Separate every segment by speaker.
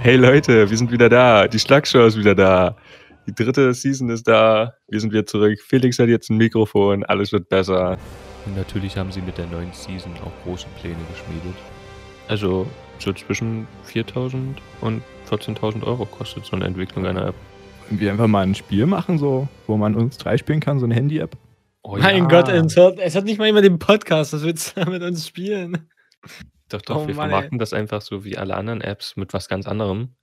Speaker 1: Hey Leute, wir sind wieder da. Die Schlagshow ist wieder da. Die dritte Season ist da. Wir sind wieder zurück. Felix hat jetzt ein Mikrofon. Alles wird besser.
Speaker 2: Und natürlich haben sie mit der neuen Season auch große Pläne geschmiedet. Also so zwischen 4.000 und 14.000 Euro kostet so eine Entwicklung einer App.
Speaker 3: Wenn wir einfach mal ein Spiel machen, so, wo man uns drei spielen kann, so eine Handy-App.
Speaker 2: Oh
Speaker 4: mein Gott, es hört, es hört nicht mal jemand den Podcast, das willst du da mit uns spielen.
Speaker 2: Doch, doch,
Speaker 4: Oh
Speaker 2: wir
Speaker 4: Mann, ey.
Speaker 2: vermarkten das einfach so wie alle anderen Apps mit was ganz anderem.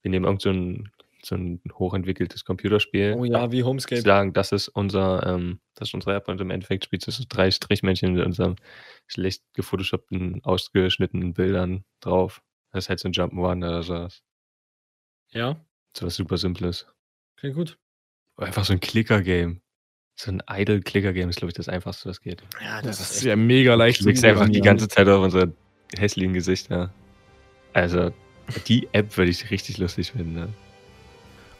Speaker 2: Wir nehmen irgend so ein, so ein hochentwickeltes Computerspiel.
Speaker 4: Oh ja, wie
Speaker 2: Wir
Speaker 4: Homescape.
Speaker 2: sagen, das ist unser, ähm, das ist unsere App und im Endeffekt spielt es so drei Strichmännchen mit unserem schlecht gefotoshoppten, ausgeschnittenen Bildern drauf. Das ist halt so ein Jump'n'Run oder sowas.
Speaker 4: Ja,
Speaker 2: So was super Simples.
Speaker 4: klingt gut.
Speaker 2: Oder einfach so ein Clicker-Game. So ein Idle-Clicker-Game ist, glaube ich, das einfachste, was geht.
Speaker 4: Ja,
Speaker 3: Das ist ja mega leicht.
Speaker 2: Ich wichse einfach die ganze Zeit auf unsere hässlichen Gesichter. Also, die App würde ich richtig lustig finden. Ne?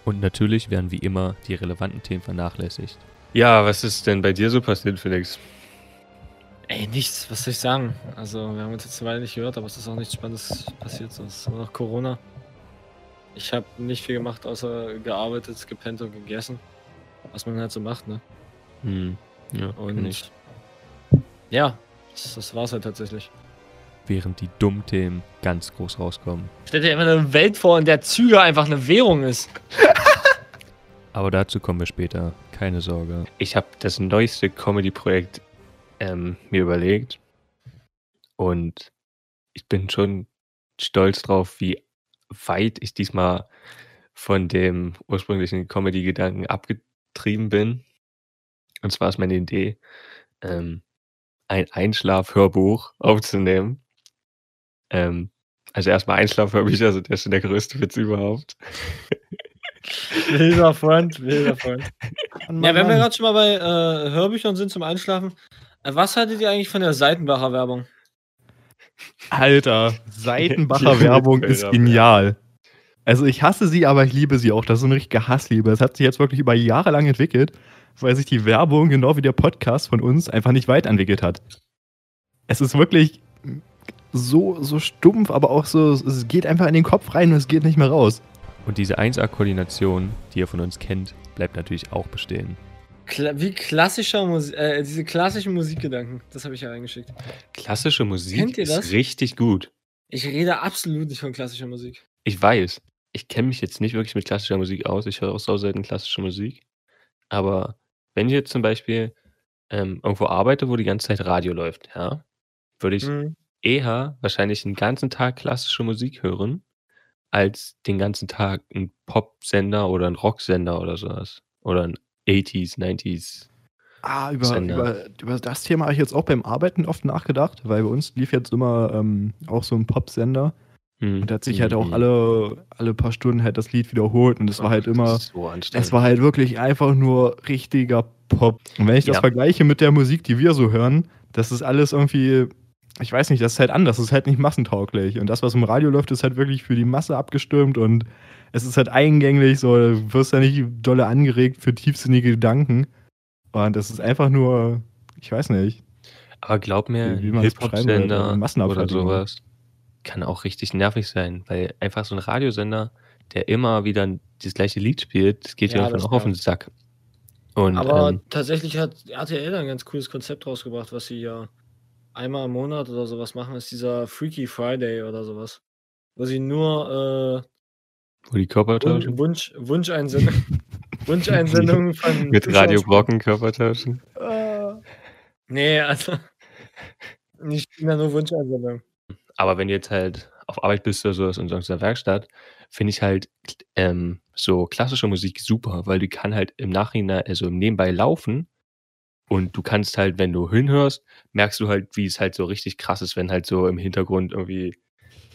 Speaker 5: Und natürlich werden wie immer die relevanten Themen vernachlässigt.
Speaker 2: Ja, was ist denn bei dir so passiert, Felix?
Speaker 4: Ey, nichts, was soll ich sagen? Also, wir haben uns jetzt eine Weile nicht gehört, aber es ist auch nichts Spannendes passiert. so, Es ist immer noch Corona. Ich habe nicht viel gemacht, außer gearbeitet, gepennt und gegessen. Was man halt so macht, ne?
Speaker 2: Hm. Ja,
Speaker 4: Und.
Speaker 2: kenn ich.
Speaker 4: Ja, das, das war's halt tatsächlich.
Speaker 5: Während die dummen Themen ganz groß rauskommen.
Speaker 4: Stell dir einfach eine Welt vor, in der Züge einfach eine Währung ist.
Speaker 5: Aber dazu kommen wir später. Keine Sorge.
Speaker 2: ich habe das neueste Comedy-Projekt ähm, mir überlegt und ich bin schon stolz drauf, wie weit ich diesmal von dem ursprünglichen Comedy-Gedanken abgetrieben bin. Und zwar ist meine Idee, ähm, ein Einschlaf-Hörbuch aufzunehmen. Ähm, also erstmal Einschlafhörbücher sind ja schon der größte Witz überhaupt.
Speaker 4: Wilder Freund, wilder Freund. Ja, wenn wir gerade schon mal bei äh, Hörbüchern sind zum Einschlafen, äh, was haltet ihr eigentlich von der Seitenbacher Werbung?
Speaker 3: Alter, Seitenbacher
Speaker 2: Die-
Speaker 3: Werbung ist
Speaker 2: Alter,
Speaker 3: genial. Also ich hasse sie, aber ich liebe sie auch. Das ist so eine richtige Hassliebe. Das hat sich jetzt wirklich über Jahre lang entwickelt, weil sich die Werbung, genau wie der Podcast von uns, einfach nicht weiterentwickelt hat. Es ist wirklich so, so stumpf, aber auch so, es geht einfach in den Kopf rein und es geht nicht mehr raus.
Speaker 5: Und diese 1A-Koordination, die ihr von uns kennt, bleibt natürlich auch bestehen.
Speaker 4: Kla wie klassischer Musik, äh, diese klassischen Musikgedanken, das habe ich ja reingeschickt.
Speaker 2: Klassische Musik
Speaker 4: Kennt ihr
Speaker 2: ist
Speaker 4: das?
Speaker 2: richtig gut.
Speaker 4: Ich rede absolut nicht von klassischer Musik.
Speaker 2: Ich weiß, ich kenne mich jetzt nicht wirklich mit klassischer Musik aus. Ich höre auch so selten klassische Musik. Aber wenn ich jetzt zum Beispiel ähm, irgendwo arbeite, wo die ganze Zeit Radio läuft, ja, würde ich
Speaker 4: Mhm.
Speaker 2: eher wahrscheinlich den ganzen Tag klassische Musik hören, als den ganzen Tag einen Popsender oder einen Rocksender oder sowas. Oder einen 80s, 90s.
Speaker 3: Ah, über,
Speaker 2: Sender.
Speaker 3: über, über das Thema habe ich jetzt auch beim Arbeiten oft nachgedacht, weil bei uns lief jetzt immer ähm, auch so ein Popsender
Speaker 2: Hm,
Speaker 3: und da hat sich halt auch
Speaker 2: mhm.
Speaker 3: alle, alle paar Stunden halt das Lied wiederholt und es war halt
Speaker 2: Das
Speaker 3: immer,
Speaker 2: ist So anstrengend.
Speaker 3: es war halt wirklich einfach nur richtiger Pop. Und wenn ich das
Speaker 2: Ja.
Speaker 3: vergleiche mit der Musik, die wir so hören, das ist alles irgendwie, ich weiß nicht, das ist halt anders, das ist halt nicht massentauglich und das, was im Radio läuft, ist halt wirklich für die Masse abgestimmt und es ist halt eingänglich, so, du wirst ja nicht dolle angeregt für tiefsinnige Gedanken und das ist einfach nur, ich weiß nicht.
Speaker 2: Aber glaub mir,
Speaker 3: Wie- wie
Speaker 2: ein
Speaker 3: man das beschreiben also würde,
Speaker 2: Hip-Hop-Sender
Speaker 3: eine
Speaker 2: oder
Speaker 3: Massenabfertigung.
Speaker 2: sowas kann auch richtig nervig sein, weil einfach so ein Radiosender, der immer wieder das gleiche Lied spielt, das geht
Speaker 4: Ja,
Speaker 2: ja, irgendwann
Speaker 4: das
Speaker 2: auch auf den Sack. Und
Speaker 4: Aber
Speaker 2: ähm,
Speaker 4: tatsächlich hat RTL da ein ganz cooles Konzept rausgebracht, was sie ja einmal im Monat oder sowas machen, ist dieser Freaky Friday oder sowas. Wo sie nur
Speaker 2: wo die Körper
Speaker 4: äh, Wun
Speaker 2: tauschen?
Speaker 4: Wunsch, Wunscheinsendungen Wunscheinsendungen von
Speaker 2: Mit
Speaker 4: Künstlern
Speaker 2: Radio Brocken Körper tauschen?
Speaker 4: Äh. Nee, also. Nicht immer nur Wunscheinsendung.
Speaker 2: Aber wenn du jetzt halt auf Arbeit bist oder sowas und sonst in der Werkstatt, finde ich halt ähm, so klassische Musik super, weil die kann halt im Nachhinein, also im Nebenbei laufen und du kannst halt, wenn du hinhörst, merkst du halt, wie es halt so richtig krass ist, wenn halt so im Hintergrund irgendwie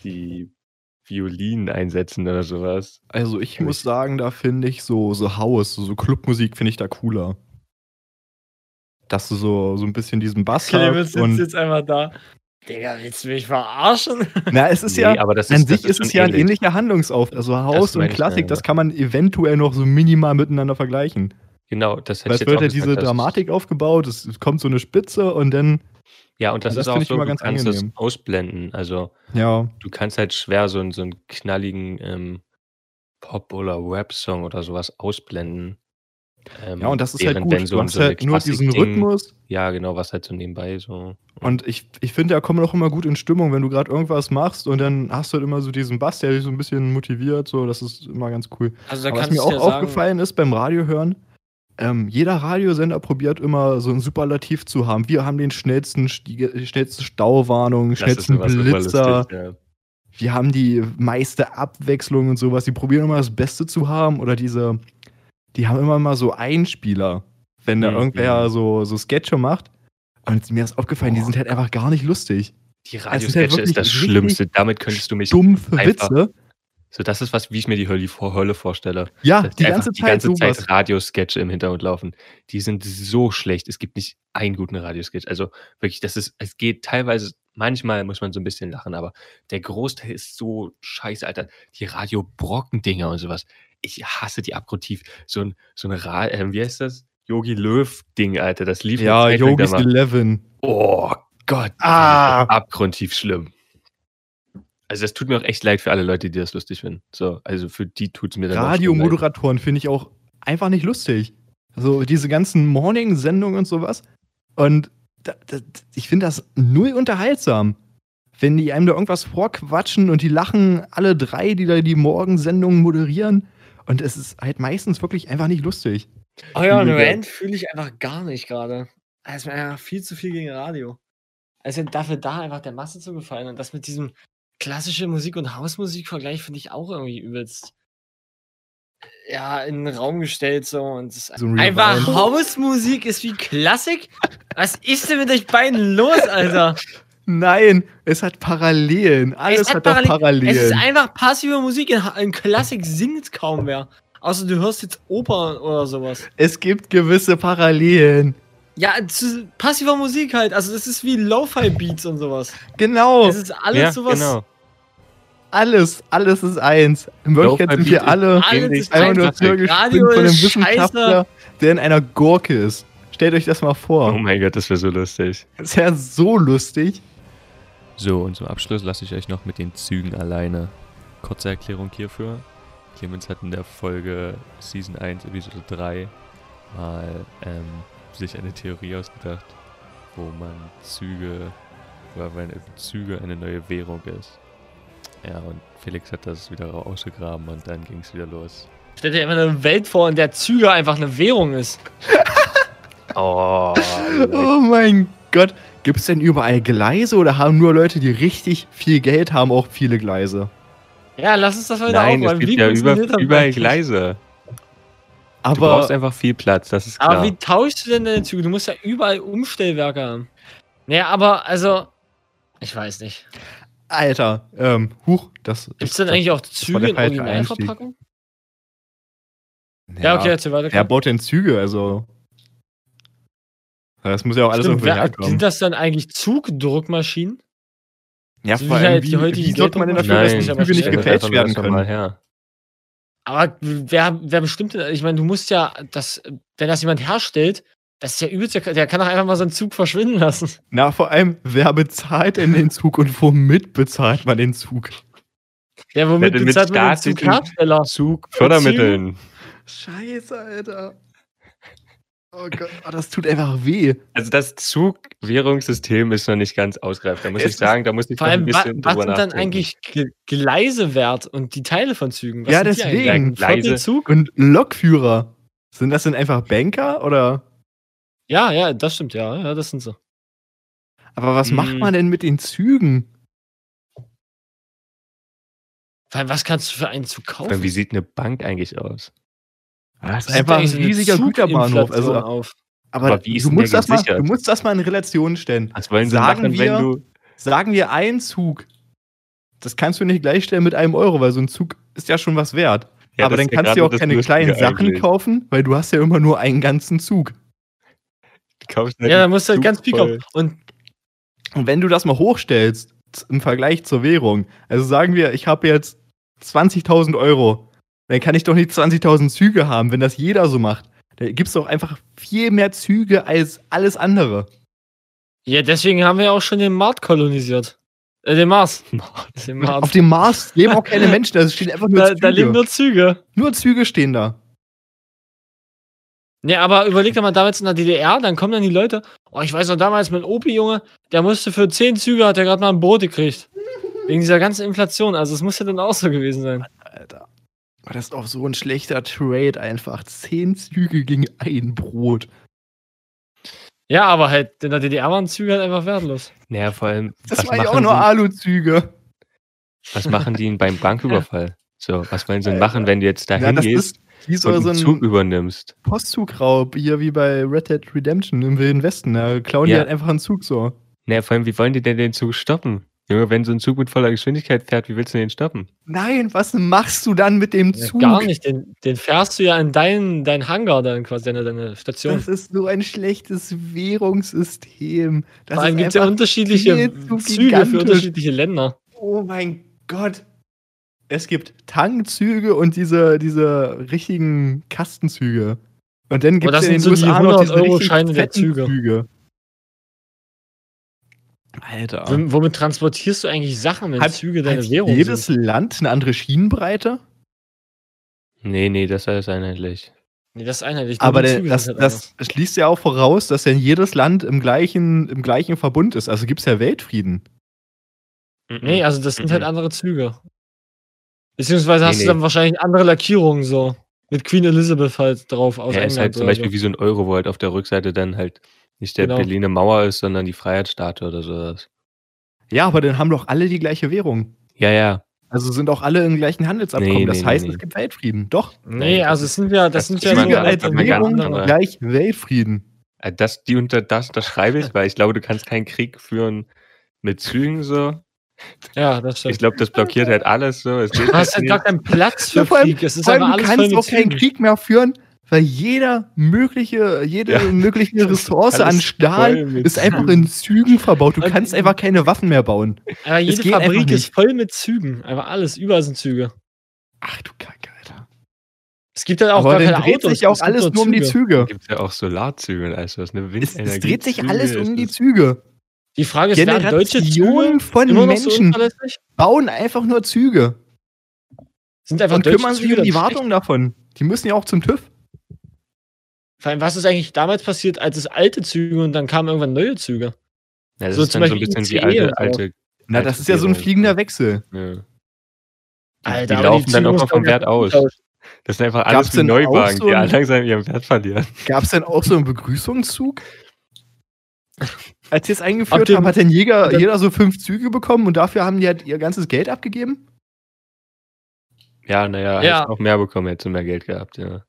Speaker 2: die Violinen einsetzen oder sowas.
Speaker 3: Also ich
Speaker 2: Ja,
Speaker 3: muss
Speaker 2: ich-
Speaker 3: sagen, da finde ich so, so House, so Clubmusik finde ich da cooler. Dass du so, so ein bisschen diesen Bass
Speaker 4: Clemens
Speaker 3: hast
Speaker 4: sitzt
Speaker 3: und,
Speaker 4: jetzt einfach da. Digga, willst du mich verarschen?
Speaker 3: Na, es ist ja,
Speaker 2: aber das
Speaker 3: an sich
Speaker 2: das
Speaker 3: ist, es
Speaker 2: schon
Speaker 3: ja ein ähnlicher Handlungsauf. Also House und
Speaker 2: meine ich ja,
Speaker 3: Klassik, das
Speaker 2: ja.
Speaker 3: kann man eventuell noch so minimal miteinander vergleichen.
Speaker 2: Genau, das hätte
Speaker 3: Weil
Speaker 2: ich
Speaker 3: es
Speaker 2: jetzt
Speaker 3: wird
Speaker 2: auch
Speaker 3: ja
Speaker 2: gesagt,
Speaker 3: diese
Speaker 2: dass es-
Speaker 3: Dramatik aufgebaut, es kommt so eine Spitze und dann
Speaker 2: Ja, und das,
Speaker 3: Das
Speaker 2: ist auch
Speaker 3: finde ich
Speaker 2: so,
Speaker 3: immer
Speaker 2: du
Speaker 3: ganz
Speaker 2: kannst
Speaker 3: angenehm.
Speaker 2: das ausblenden. Also
Speaker 3: Ja,
Speaker 2: du kannst halt schwer so, einen- so einen knalligen ähm, Pop- oder Rap-Song oder sowas ausblenden. Ähm,
Speaker 3: ja, und das ist halt
Speaker 2: während
Speaker 3: gut.
Speaker 2: wenn
Speaker 3: Du
Speaker 2: um
Speaker 3: hast halt
Speaker 2: eine
Speaker 3: nur diesen
Speaker 2: Klassik-Ding-
Speaker 3: Rhythmus
Speaker 2: Ja, genau, was halt so nebenbei so.
Speaker 3: und ich, ich finde, er kommt auch immer gut in Stimmung, wenn du gerade irgendwas machst und dann hast du halt immer so diesen Bass, der dich so ein bisschen motiviert, so, das ist immer ganz cool.
Speaker 4: Also da
Speaker 3: Aber was
Speaker 4: kannst
Speaker 3: mir
Speaker 4: du
Speaker 3: auch
Speaker 4: ja sagen,
Speaker 3: aufgefallen ist beim Radiohören, ähm, jeder Radiosender probiert immer so ein Superlativ zu haben. Wir haben den schnellsten, Stiege, die schnellste Stauwarnung, schnellsten
Speaker 2: immer super
Speaker 3: Blitzer,
Speaker 2: lustig, ja.
Speaker 3: wir haben die meiste Abwechslung und sowas. Die probieren immer das Beste zu haben oder diese, die haben immer mal so Einspieler, wenn da
Speaker 2: Mhm.
Speaker 3: irgendwer so, so Sketche macht. Und mir ist aufgefallen, die sind halt einfach gar nicht lustig.
Speaker 2: Die
Speaker 3: Also
Speaker 2: radio
Speaker 3: es ist halt
Speaker 2: ist das
Speaker 3: wirklich
Speaker 2: Schlimmste. Damit könntest du mich.
Speaker 3: Dumpfe
Speaker 2: einfach-
Speaker 3: Witze.
Speaker 2: So, das ist was, wie ich mir die Hölle, Hölle vorstelle.
Speaker 3: Ja,
Speaker 2: Dass
Speaker 3: Ah, die
Speaker 2: einfach
Speaker 3: ganze,
Speaker 2: die ganze
Speaker 3: Zeit
Speaker 2: Zeit
Speaker 3: sowas.
Speaker 2: Radiosketche im Hintergrund laufen. Die sind so schlecht. Es gibt nicht einen guten Radiosketch. Also wirklich, das ist, es geht teilweise, manchmal muss man so ein bisschen lachen, aber der Großteil ist so scheiße, Alter. Die Radio-Brocken-Dinger und sowas. Ich hasse die abgrundtief. So ein, so ein Ra äh, wie heißt das? Yogi Löw-Ding, Alter. Das lief eine
Speaker 3: Ja,
Speaker 2: Zeit lang da
Speaker 3: Yogis
Speaker 2: mal.
Speaker 3: 11.
Speaker 2: Oh Gott. das
Speaker 3: Ah.
Speaker 2: ist Abgrundtief schlimm. Also das tut mir auch echt leid für alle Leute, die das lustig finden. So, also für die tut es mir dann auch schon leid.
Speaker 3: Radiomoderatoren finde ich auch einfach nicht lustig. So diese ganzen Morning-Sendungen und sowas. Und da, da, ich finde das null unterhaltsam. Wenn die einem da irgendwas vorquatschen und die lachen alle drei, die da die Morgensendungen moderieren. Und es ist halt meistens wirklich einfach nicht lustig.
Speaker 4: euren
Speaker 3: Mega.
Speaker 4: Rant fühle ich einfach gar nicht gerade. Es ist mir einfach viel zu viel gegen Radio. Also dafür da einfach der Masse zu gefallen und das mit diesem klassische Musik- und Hausmusikvergleich finde ich auch irgendwie übelst äh, ja, in den Raum gestellt so und es
Speaker 3: So ein
Speaker 4: einfach
Speaker 3: Rewind.
Speaker 4: Hausmusik ist wie Klassik? Was ist denn mit euch beiden los, Alter?
Speaker 3: Nein, es hat Parallelen. Alles
Speaker 4: hat
Speaker 3: hat, doch
Speaker 4: Parallel-
Speaker 3: Parallelen.
Speaker 4: Es ist einfach passive Musik, in, Ha- in Klassik singt kaum mehr. Außer du hörst jetzt Opern oder sowas.
Speaker 3: es gibt gewisse Parallelen.
Speaker 4: Ja, zu passiver Musik halt. Also das ist wie Lo-Fi-Beats und sowas.
Speaker 3: Genau,
Speaker 4: Es ist alles
Speaker 2: Oh, ja,
Speaker 4: sowas.
Speaker 2: Genau.
Speaker 3: alles, alles ist eins. In Wirklichkeit sind wir
Speaker 2: Lo-Fi-Beat
Speaker 3: alle
Speaker 4: Alles ist
Speaker 3: Einfach nur
Speaker 4: einfach
Speaker 3: das Hörgespinst
Speaker 4: Radio
Speaker 3: von einem
Speaker 4: ist
Speaker 3: Wissenschaftler, der in einer Gurke ist. Stellt euch das mal
Speaker 2: Oh
Speaker 3: vor.
Speaker 2: mein Gott, das wäre so lustig.
Speaker 3: Das ist ja so lustig.
Speaker 5: So, und zum Abschluss lasse ich euch noch mit den Zügen alleine. Kurze Erklärung hierfür. Clemens hat in der Folge Season 1, Episode 3 mal ähm, sich eine Theorie ausgedacht, wo man Züge, weil man Züge eine neue Währung ist. Ja, und Felix hat das wieder ausgegraben und dann ging es wieder los.
Speaker 4: Stell dir einfach eine Welt vor, in der Züge einfach eine Währung ist.
Speaker 2: Oh,
Speaker 3: Oh mein Gott. Gibt es denn überall Gleise oder haben nur Leute, die richtig viel Geld haben, auch viele Gleise?
Speaker 4: Ja, lass uns das heute
Speaker 2: nein, es
Speaker 4: aufräumen.
Speaker 2: gibt ja über,
Speaker 4: funktioniert das
Speaker 2: überall
Speaker 4: eigentlich?
Speaker 2: Gleise. Du
Speaker 3: Aber Ah,
Speaker 2: brauchst einfach viel Platz, das ist
Speaker 4: Aber
Speaker 2: klar.
Speaker 4: wie tauschst du denn deine Züge? Du musst ja überall Umstellwerke haben. Naja, aber also. Ich weiß nicht.
Speaker 3: Alter, ähm, huch, das.
Speaker 4: Gibt es denn eigentlich auch
Speaker 3: war
Speaker 4: Züge
Speaker 3: der
Speaker 4: in
Speaker 3: falsche
Speaker 4: Originalverpackung?
Speaker 3: Ja,
Speaker 4: Ja, okay, erzähl weiter.
Speaker 3: Wer baut denn Züge? Also. Das muss ja auch alles
Speaker 4: Stimmt,
Speaker 3: irgendwo
Speaker 4: wer-
Speaker 3: herkommen.
Speaker 4: Sind das dann eigentlich Zugdruckmaschinen?
Speaker 3: Ja,
Speaker 4: sind die halt die heutigen
Speaker 3: wie sorgt man denn dafür,
Speaker 4: Geltung-
Speaker 3: dass die
Speaker 4: Nein,
Speaker 3: Züge nicht
Speaker 4: stell das
Speaker 3: gefälscht werden können?
Speaker 2: Mal her.
Speaker 4: Aber wer, wer bestimmt denn, ich meine, du musst ja, das, wenn das jemand herstellt, das ist ja übelst, der kann- der kann doch einfach mal so einen Zug verschwinden lassen.
Speaker 3: Na, vor allem, wer bezahlt denn den Zug und womit bezahlt man den Zug?
Speaker 4: Ja, womit
Speaker 2: Ja, mit
Speaker 4: bezahlt man den
Speaker 2: staatlichen
Speaker 4: Zughersteller?
Speaker 2: Zug, Fördermitteln.
Speaker 3: Scheiße, Alter. Oh Gott, oh, das tut einfach weh.
Speaker 2: Also das Zugwährungssystem ist noch nicht ganz ausgereift. Da muss
Speaker 3: Es
Speaker 2: ich
Speaker 3: ist-
Speaker 2: sagen, da muss ich
Speaker 4: Vor
Speaker 2: noch
Speaker 4: allem, wa was
Speaker 2: drüber
Speaker 4: sind dann
Speaker 2: nachdenken.
Speaker 4: eigentlich Ge- Gleise wert und die Teile von Zügen? Was
Speaker 3: Ja,
Speaker 4: sind die eigentlich?
Speaker 3: deswegen.
Speaker 4: Ein Viertel
Speaker 2: Gleise.
Speaker 4: Zug?
Speaker 3: Und Lokführer, sind das denn einfach Banker oder?
Speaker 4: Ja, ja, das stimmt, ja, ja, das sind so.
Speaker 3: Aber was macht
Speaker 2: Hm.
Speaker 3: man denn mit den Zügen?
Speaker 4: Vor allem, was kannst du für einen Zug
Speaker 2: Vor allem,
Speaker 4: kaufen?
Speaker 2: Wie sieht eine Bank eigentlich aus?
Speaker 3: Das ist
Speaker 4: Wie sieht
Speaker 3: einfach ein
Speaker 4: eigentlich so eine
Speaker 3: riesiger Güterbahnhof. Also,
Speaker 4: Zuginflation
Speaker 3: aber
Speaker 4: auf?
Speaker 2: Aber wie ist
Speaker 3: du,
Speaker 2: denn
Speaker 3: musst
Speaker 2: der
Speaker 3: das mal,
Speaker 2: gesichert?
Speaker 3: du musst das mal in Relation stellen.
Speaker 2: Was wollen sie
Speaker 3: Sagen
Speaker 2: machen,
Speaker 3: wir-
Speaker 2: wenn du...
Speaker 3: Sagen wir einen Zug, das kannst du nicht gleichstellen mit einem Euro, weil so ein Zug ist ja schon was wert.
Speaker 2: Ja, das
Speaker 3: aber dann
Speaker 2: ist ja
Speaker 3: kannst
Speaker 2: gerade
Speaker 3: du ja auch
Speaker 2: das
Speaker 3: keine
Speaker 2: Lustige
Speaker 3: kleinen Sachen
Speaker 2: eigentlich.
Speaker 3: kaufen, weil du hast ja immer nur einen ganzen Zug.
Speaker 2: Du kaufst
Speaker 4: Ja, da musst du halt
Speaker 2: Zug
Speaker 4: ganz
Speaker 2: voll.
Speaker 4: Pico. Und
Speaker 3: Und wenn du das mal hochstellst z- im Vergleich zur Währung, also sagen wir, ich habe jetzt 20.000 Euro, dann kann ich doch nicht 20.000 Züge haben, wenn das jeder so macht. Da gibt es doch einfach viel mehr Züge als alles andere.
Speaker 4: Ja, deswegen haben wir ja auch schon den Mars kolonisiert. Äh, den Mars. Den Mars.
Speaker 3: Auf dem Mars leben auch keine Menschen, da stehen einfach nur
Speaker 4: Da,
Speaker 3: Züge.
Speaker 4: da leben nur Züge.
Speaker 3: nur Züge stehen da.
Speaker 4: Ne, aber überleg doch mal damals in der DDR, dann kommen dann die Leute. Oh, ich weiß noch damals, mein Opi-Junge, der musste für 10 Züge, hat er gerade mal ein Brot gekriegt. Wegen dieser ganzen Inflation. Also, es muss ja dann auch so gewesen sein.
Speaker 3: Alter. Aber das ist auch so ein schlechter Trade einfach. Zehn Züge gegen ein Brot.
Speaker 4: Ja, aber halt, in der DDR waren Züge halt einfach wertlos.
Speaker 2: Naja, vor allem,
Speaker 3: Das
Speaker 2: was
Speaker 3: waren ja
Speaker 2: machen,
Speaker 3: auch nur
Speaker 2: die,
Speaker 3: Aluzüge.
Speaker 2: was machen die denn beim Banküberfall? So, was wollen sie denn machen, wenn du jetzt da
Speaker 3: Ja, das
Speaker 2: hingehst
Speaker 3: ist wie so,
Speaker 2: und
Speaker 3: so
Speaker 2: einen
Speaker 3: ein
Speaker 2: Zug übernimmst?
Speaker 3: Postzugraub, hier wie bei Red Dead Redemption im Wilden Westen. Da klauen die
Speaker 2: Ja.
Speaker 3: halt einfach einen Zug so.
Speaker 2: Naja, vor allem, wie wollen die denn den Zug stoppen? Junge, wenn so ein Zug mit voller Geschwindigkeit fährt, wie willst du den stoppen?
Speaker 3: Nein, was machst du dann mit dem
Speaker 4: Ja,
Speaker 3: Zug?
Speaker 4: Gar nicht. Den, den fährst du ja in deinen dein Hangar dann quasi, deine, deine Station.
Speaker 3: Das ist so ein schlechtes Währungssystem. Das
Speaker 4: Vor allem
Speaker 3: ist
Speaker 4: gibt es ja
Speaker 3: einfach-
Speaker 4: unterschiedliche
Speaker 3: viel zu
Speaker 4: Züge
Speaker 3: gigantisch.
Speaker 4: für unterschiedliche Länder.
Speaker 3: Oh mein Gott. Es gibt Tankzüge und diese, diese richtigen Kastenzüge. Und dann gibt
Speaker 4: das
Speaker 3: es in den
Speaker 4: sind so die
Speaker 3: USA noch diese
Speaker 4: 100 Euro
Speaker 3: richtig
Speaker 4: Scheine der
Speaker 3: fetten
Speaker 4: Züge.
Speaker 3: Alter.
Speaker 4: Wom- Womit transportierst du eigentlich Sachen, wenn
Speaker 3: Hat-
Speaker 4: Züge deine
Speaker 3: Hat
Speaker 4: Währung
Speaker 3: jedes
Speaker 4: sind?
Speaker 3: Land eine andere Schienenbreite?
Speaker 2: Nee, nee, das ist einheitlich.
Speaker 4: Nee, das ist einheitlich. nur
Speaker 3: Aber
Speaker 4: die
Speaker 3: der,
Speaker 4: Züge
Speaker 3: das,
Speaker 4: sind halt
Speaker 3: das schließt ja auch voraus, dass ja jedes Land im gleichen, im gleichen Verbund ist. Also gibt es ja Weltfrieden.
Speaker 4: anders. Nee, also das sind halt
Speaker 2: Mhm.
Speaker 4: andere Züge. Beziehungsweise
Speaker 2: Nee,
Speaker 4: hast
Speaker 2: nee.
Speaker 4: du dann wahrscheinlich andere Lackierungen so. Mit Queen Elizabeth halt drauf aus
Speaker 2: Er ist halt zum
Speaker 4: oder so.
Speaker 2: Beispiel wie so ein Euro, wo halt auf der Rückseite dann halt nicht der
Speaker 4: Genau.
Speaker 2: Berliner Mauer ist, sondern die Freiheitsstatue oder sowas.
Speaker 3: Ja, aber dann haben doch alle die gleiche Währung.
Speaker 2: Ja, ja.
Speaker 3: Also sind auch alle im gleichen Handelsabkommen.
Speaker 2: Nee,
Speaker 3: das
Speaker 2: nee,
Speaker 3: heißt,
Speaker 2: nee,
Speaker 3: es
Speaker 2: nee.
Speaker 3: gibt Weltfrieden. Doch.
Speaker 4: Nee, also es sind ja, das
Speaker 2: das
Speaker 4: sind
Speaker 2: ist
Speaker 4: ja
Speaker 2: meine
Speaker 4: nur
Speaker 3: Züge
Speaker 2: ganz
Speaker 3: als
Speaker 2: andere-
Speaker 3: Währung
Speaker 2: ganz andere.
Speaker 3: gleich Weltfrieden.
Speaker 2: Äh, Das, die unter das unterschreibe ich, weil ich glaube, du kannst keinen Krieg führen mit Zügen so.
Speaker 4: Ja, das
Speaker 2: Ich
Speaker 4: stimmt.
Speaker 2: glaube, das blockiert halt alles so. Es geht
Speaker 4: Du
Speaker 2: halt
Speaker 4: hast halt gar
Speaker 2: nicht.
Speaker 4: keinen Platz
Speaker 3: Ja,
Speaker 4: für
Speaker 3: vor allem-
Speaker 4: Krieg. Es ist
Speaker 3: Vor allem,
Speaker 4: aber
Speaker 3: du
Speaker 4: alles voll
Speaker 3: kannst
Speaker 4: mit
Speaker 3: auch keinen
Speaker 4: Zügen.
Speaker 3: Krieg mehr führen, weil jeder mögliche, jede
Speaker 2: Ja.
Speaker 3: mögliche Ressource
Speaker 2: Alles
Speaker 3: an Stahl
Speaker 2: voll mit
Speaker 3: ist einfach in Zügen verbaut. Du
Speaker 4: Und-
Speaker 3: kannst einfach keine Waffen mehr bauen.
Speaker 4: Aber jede
Speaker 3: geht einfach
Speaker 4: Fabrik
Speaker 3: nicht.
Speaker 4: ist voll mit Zügen. Einfach alles. Überall sind Züge.
Speaker 3: Ach du Kacke, Alter.
Speaker 4: Es gibt halt auch
Speaker 3: Aber
Speaker 4: gar keine
Speaker 3: dann dreht
Speaker 4: Autos.
Speaker 3: sich ja auch
Speaker 4: es gibt
Speaker 3: alles nur um die Züge.
Speaker 2: Gibt ja auch Solarzüge und alles was. Ne?
Speaker 3: Es, es
Speaker 2: Windenergie,
Speaker 3: dreht sich
Speaker 2: Züge,
Speaker 3: alles
Speaker 2: es
Speaker 3: um die
Speaker 2: ist-
Speaker 3: Züge.
Speaker 4: Die Frage ist, werden deutsche Züge
Speaker 3: Generationen von
Speaker 4: immer noch so
Speaker 3: Menschen
Speaker 4: unverlässlich?
Speaker 3: bauen einfach nur Züge
Speaker 4: Sind einfach
Speaker 3: und
Speaker 4: deutsche
Speaker 3: kümmern sich
Speaker 4: Züge
Speaker 3: um die
Speaker 4: dann schlecht?
Speaker 3: Wartung davon. Die müssen ja auch zum TÜV.
Speaker 4: Vor allem, was ist eigentlich damals passiert, als es alte Züge und dann kamen irgendwann neue Züge?
Speaker 2: Ja, das
Speaker 4: So
Speaker 2: ist
Speaker 4: zum
Speaker 2: dann so ein
Speaker 4: Beispiel
Speaker 2: bisschen wie
Speaker 4: ICE und
Speaker 2: alte,
Speaker 4: so.
Speaker 2: alte.
Speaker 3: Na, das ist ja so ein fliegender Wechsel.
Speaker 2: Ja.
Speaker 4: Alter,
Speaker 2: die
Speaker 4: aber
Speaker 2: laufen dann
Speaker 4: Züge
Speaker 2: auch
Speaker 4: muss
Speaker 2: noch vom
Speaker 4: man ja
Speaker 2: Wert aus.
Speaker 4: umtauschen.
Speaker 2: Das sind einfach
Speaker 3: Gab's
Speaker 2: alles wie
Speaker 3: denn auch
Speaker 2: Neuwagen,
Speaker 3: so
Speaker 2: die
Speaker 3: ein-
Speaker 2: alle langsam ihren Wert verlieren.
Speaker 3: Gab es denn auch so einen Begrüßungszug? Als sie es
Speaker 4: Ab
Speaker 3: eingeführt
Speaker 4: dem-
Speaker 3: haben, hat denn jeder,
Speaker 4: dann-
Speaker 3: jeder so fünf Züge bekommen und dafür haben die halt ihr ganzes Geld abgegeben?
Speaker 2: Ja, naja,
Speaker 4: Ja.
Speaker 2: hast auch mehr bekommen, hättest du mehr Geld gehabt. Ja.